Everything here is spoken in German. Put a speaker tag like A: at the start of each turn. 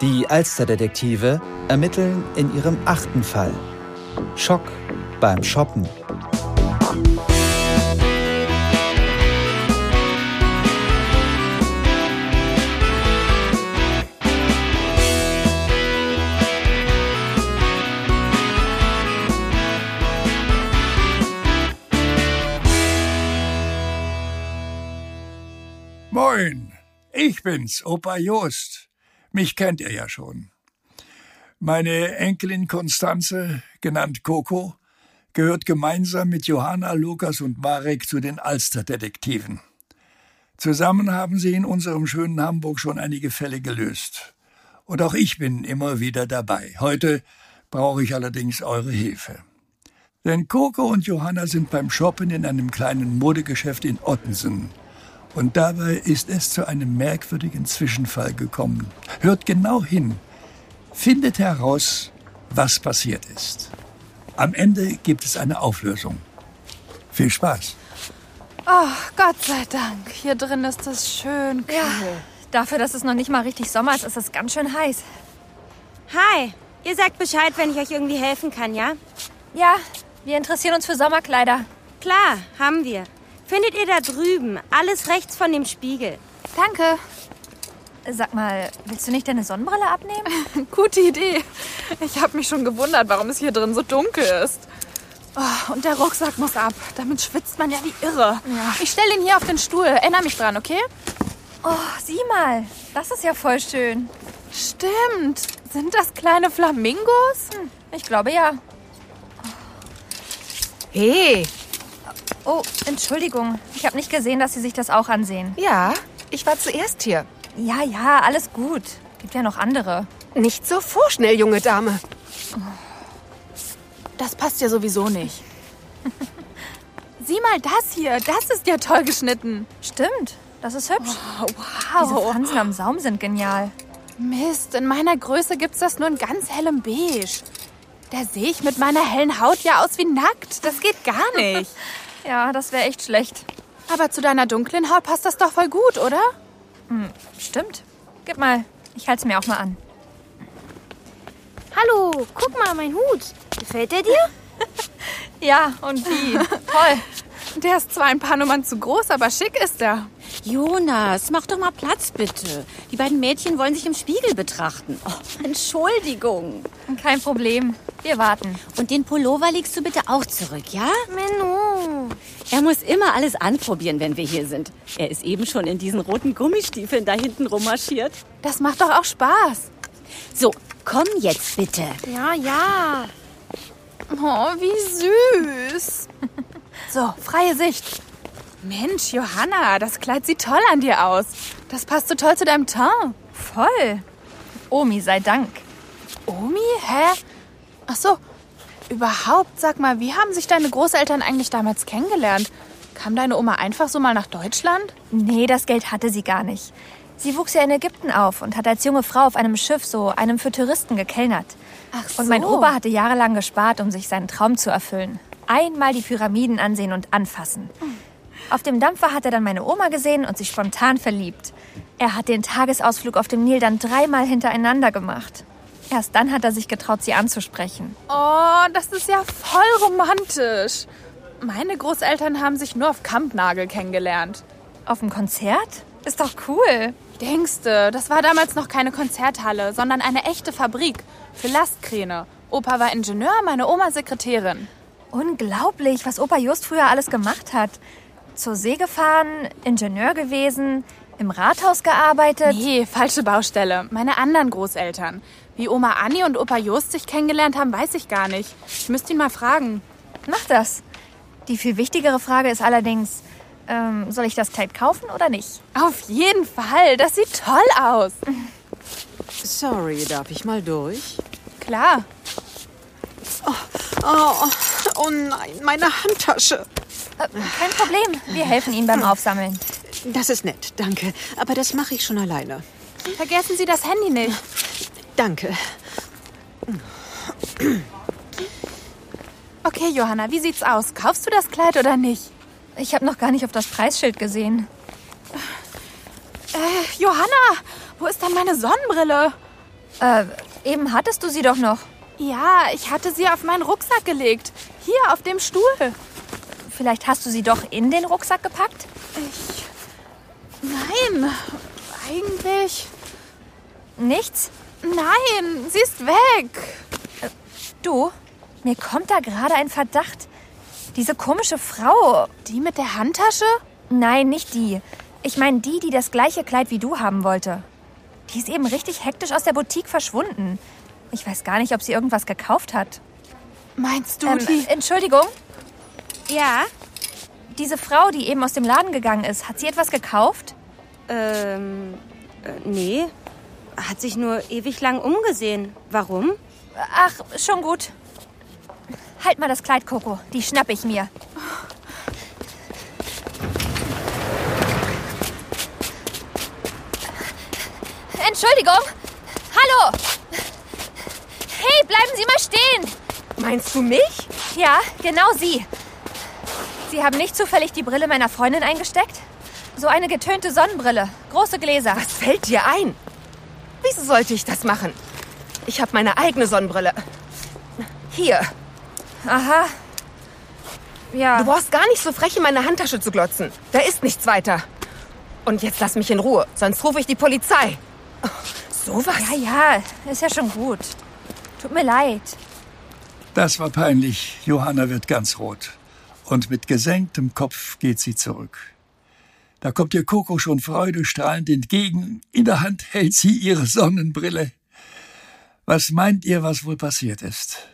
A: Die Alsterdetektive ermitteln in ihrem achten Fall. Schock beim Shoppen.
B: Moin, ich bin's, Opa Jost. Mich kennt ihr ja schon. Meine Enkelin Konstanze, genannt Coco, gehört gemeinsam mit Johanna, Lukas und Marek zu den Alsterdetektiven. Zusammen haben sie in unserem schönen Hamburg schon einige Fälle gelöst. Und auch ich bin immer wieder dabei. Heute brauche ich allerdings eure Hilfe. Denn Coco und Johanna sind beim Shoppen in einem kleinen Modegeschäft in Ottensen. Und dabei ist es zu einem merkwürdigen Zwischenfall gekommen. Hört genau hin. Findet heraus, was passiert ist. Am Ende gibt es eine Auflösung. Viel Spaß.
C: Oh, Gott sei Dank. Hier drin ist es schön kühl.
D: Dafür, dass es noch nicht mal richtig Sommer ist, ist es ganz schön heiß.
E: Hi, ihr sagt Bescheid, wenn ich euch irgendwie helfen kann, ja?
D: Ja, wir interessieren uns für Sommerkleider.
E: Klar, haben wir. Findet ihr da drüben, alles rechts von dem Spiegel.
C: Danke.
D: Sag mal, willst du nicht deine Sonnenbrille abnehmen?
C: Gute Idee. Ich habe mich schon gewundert, warum es hier drin so dunkel ist. Oh, und der Rucksack muss ab. Damit schwitzt man ja wie irre. Ich stelle ihn hier auf den Stuhl. Erinnere mich dran, okay?
D: Oh, sieh mal. Das ist ja voll schön.
C: Stimmt. Sind das kleine Flamingos?
D: Ich glaube ja.
F: Hey,
D: Oh, Entschuldigung. Ich habe nicht gesehen, dass Sie sich das auch ansehen.
F: ja, ich war zuerst hier.
D: Ja, ja, alles gut. Gibt ja noch andere.
F: Nicht so vorschnell, junge Dame.
C: Das passt ja sowieso nicht. Sieh mal das hier. Das ist ja toll geschnitten.
D: Stimmt. Das ist hübsch.
C: Oh,
D: Diese
C: wow.
D: Fransen am Saum sind genial.
C: Mist, in meiner Größe gibt's das nur in ganz hellem Beige. Da sehe ich mit meiner hellen Haut ja aus wie nackt. Das geht gar nicht.
D: Ja, das wäre echt schlecht.
C: Aber zu deiner dunklen Haut passt das doch voll gut, oder?
D: Stimmt. Gib mal. Ich halte es mir auch mal an.
E: Hallo, guck mal, mein Hut. Gefällt der dir?
D: Ja, und wie? Toll.
C: Der ist zwar ein paar Nummern zu groß, aber schick ist er.
G: Jonas, mach doch mal Platz bitte. Die beiden Mädchen wollen sich im Spiegel betrachten. Oh, Entschuldigung.
D: Kein Problem. Wir warten.
G: Und den Pullover legst du bitte auch zurück, ja?
E: Menno.
G: Er muss immer alles anprobieren, wenn wir hier sind. Er ist eben schon in diesen roten Gummistiefeln da hinten rummarschiert.
C: Das macht doch auch Spaß.
G: So, komm jetzt bitte.
E: Ja, ja.
C: Oh, wie süß. So, freie Sicht. Mensch, Johanna, das Kleid sieht toll an dir aus. Das passt so toll zu deinem Teint.
D: Voll. Omi sei Dank.
C: Omi? Hä? Ach so. Überhaupt, sag mal, wie haben sich deine Großeltern eigentlich damals kennengelernt? Kam deine Oma einfach so mal nach Deutschland?
D: Nee, das Geld hatte sie gar nicht. Sie wuchs ja in Ägypten auf und hat als junge Frau auf einem Schiff so einem für Touristen gekellnert.
C: Ach
D: Und mein Opa hatte jahrelang gespart, um sich seinen Traum zu erfüllen. Einmal die Pyramiden ansehen und anfassen. Auf dem Dampfer hat er dann meine Oma gesehen und sich spontan verliebt. Er hat den Tagesausflug auf dem Nil dann dreimal hintereinander gemacht. Erst dann hat er sich getraut, sie anzusprechen.
C: Oh, das ist ja voll romantisch. Meine Großeltern haben sich nur auf Kampnagel kennengelernt.
D: Auf dem Konzert? Ist doch cool.
C: Denkste, das war damals noch keine Konzerthalle, sondern eine echte Fabrik für Lastkräne. Opa war Ingenieur, meine Oma Sekretärin.
D: Unglaublich, was Opa Just früher alles gemacht hat. Zur See gefahren, Ingenieur gewesen, im Rathaus gearbeitet.
C: Nee, falsche Baustelle. Meine anderen Großeltern. Wie Oma Anni und Opa Jost sich kennengelernt haben, weiß ich gar nicht. Ich müsste ihn mal fragen.
D: Mach das. Die viel wichtigere Frage ist allerdings, ähm, soll ich das Kleid kaufen oder nicht?
C: Auf jeden Fall, das sieht toll aus.
H: Sorry, darf ich mal durch?
C: Klar.
H: Oh, oh nein, meine Handtasche.
D: Kein Problem. Wir helfen Ihnen beim Aufsammeln.
H: Das ist nett, danke. Aber das mache ich schon alleine.
C: Vergessen Sie das Handy nicht.
H: Danke.
C: Okay, Johanna, wie sieht's aus? Kaufst du das Kleid oder nicht?
D: Ich habe noch gar nicht auf das Preisschild gesehen.
C: Äh, Johanna, wo ist denn meine Sonnenbrille?
D: Äh, eben hattest du sie doch noch.
C: Ja, ich hatte sie auf meinen Rucksack gelegt. Hier auf dem Stuhl.
D: Vielleicht hast du sie doch in den Rucksack gepackt?
C: Nein, eigentlich.
D: Nichts?
C: Nein, sie ist weg.
D: Du? Mir kommt da gerade ein Verdacht. Diese komische Frau.
C: Die mit der Handtasche?
D: Nein, nicht die. Ich meine die, die das gleiche Kleid wie du haben wollte. Die ist eben richtig hektisch aus der Boutique verschwunden. Ich weiß gar nicht, ob sie irgendwas gekauft hat.
C: Meinst du
D: Ähm,
C: die?
D: Entschuldigung,
E: Ja,
D: diese Frau, die eben aus dem Laden gegangen ist, hat sie etwas gekauft?
E: ähm, äh, nee. Hat sich nur ewig lang umgesehen. Warum?
D: Ach, schon gut. Halt mal das Kleid, Coco. Die schnapp ich mir. Entschuldigung. Hallo. Hey, bleiben Sie mal stehen.
F: Meinst du mich?
D: Ja, genau Sie. Sie haben nicht zufällig die Brille meiner Freundin eingesteckt? So eine getönte Sonnenbrille. Große Gläser.
F: Was fällt dir ein? Wieso sollte ich das machen? Ich habe meine eigene Sonnenbrille. Hier,
D: Aha.
F: du
D: Ja.
F: brauchst gar nicht so frech in meine Handtasche zu glotzen. Da ist nichts weiter. Und jetzt lass mich in Ruhe, sonst rufe ich die Polizei. Oh, Sowas?
D: Ja, ja. Ist ja schon gut. Tut mir leid.
B: Das war peinlich. Johanna wird ganz rot. Und mit gesenktem Kopf geht sie zurück. Da kommt ihr Coco schon freudestrahlend entgegen. In der Hand hält sie ihre Sonnenbrille. Was meint ihr, was wohl passiert ist?